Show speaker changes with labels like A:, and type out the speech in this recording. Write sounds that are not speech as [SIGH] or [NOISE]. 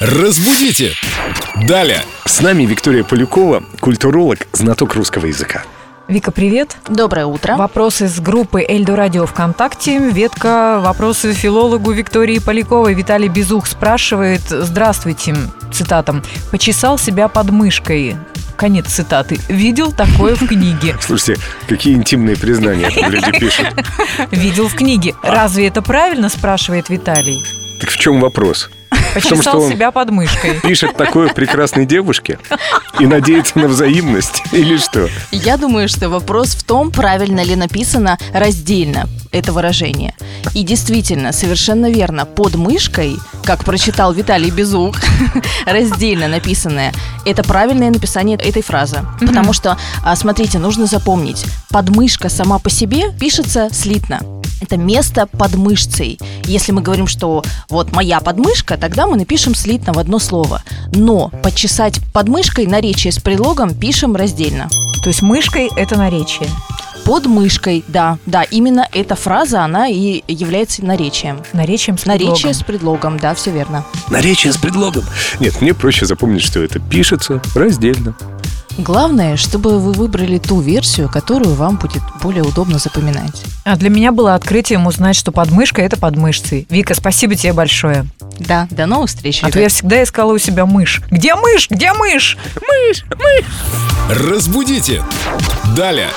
A: Разбудите! Далее!
B: С нами Виктория Полюкова, культуролог, знаток русского языка.
C: Вика, привет.
D: Доброе утро.
C: Вопрос из группы Эльдо Радио ВКонтакте. Ветка вопросы филологу Виктории Поляковой. Виталий Безух спрашивает, здравствуйте, цитатом, «почесал себя под мышкой». Конец цитаты. Видел такое в книге.
B: [LAUGHS] Слушайте, какие интимные признания там люди пишут.
C: Видел в книге. Разве это правильно, спрашивает Виталий.
B: Так в чем вопрос? том, что
C: Почесал
B: он-
C: себя
B: [LAUGHS]
C: под мышкой.
B: Пишет такое прекрасной девушке и надеется на взаимность или что?
D: Я думаю, что вопрос в том, правильно ли написано раздельно это выражение. И действительно, совершенно верно, под мышкой, как прочитал Виталий Безух, [LAUGHS] раздельно написанное, это правильное написание этой фразы. Потому что, а, смотрите, нужно запомнить, подмышка сама по себе пишется слитно. Это место под мышцей. Если мы говорим, что вот моя подмышка, тогда мы напишем слитно в одно слово. Но подчесать подмышкой наречие с предлогом пишем раздельно.
C: То есть мышкой – это наречие.
D: Под мышкой, да, да, именно эта фраза, она и является наречием.
C: Наречием с
D: Наречие
C: предлогом.
D: с предлогом, да, все верно.
B: Наречие с предлогом. Нет, мне проще запомнить, что это пишется раздельно.
D: Главное, чтобы вы выбрали ту версию, которую вам будет более удобно запоминать.
C: А для меня было открытием узнать, что подмышка – это под мышцей. Вика, спасибо тебе большое.
D: Да, до новых встреч.
C: А то я всегда искала у себя мышь. Где мышь? Где мышь?
A: Разбудите! Далее!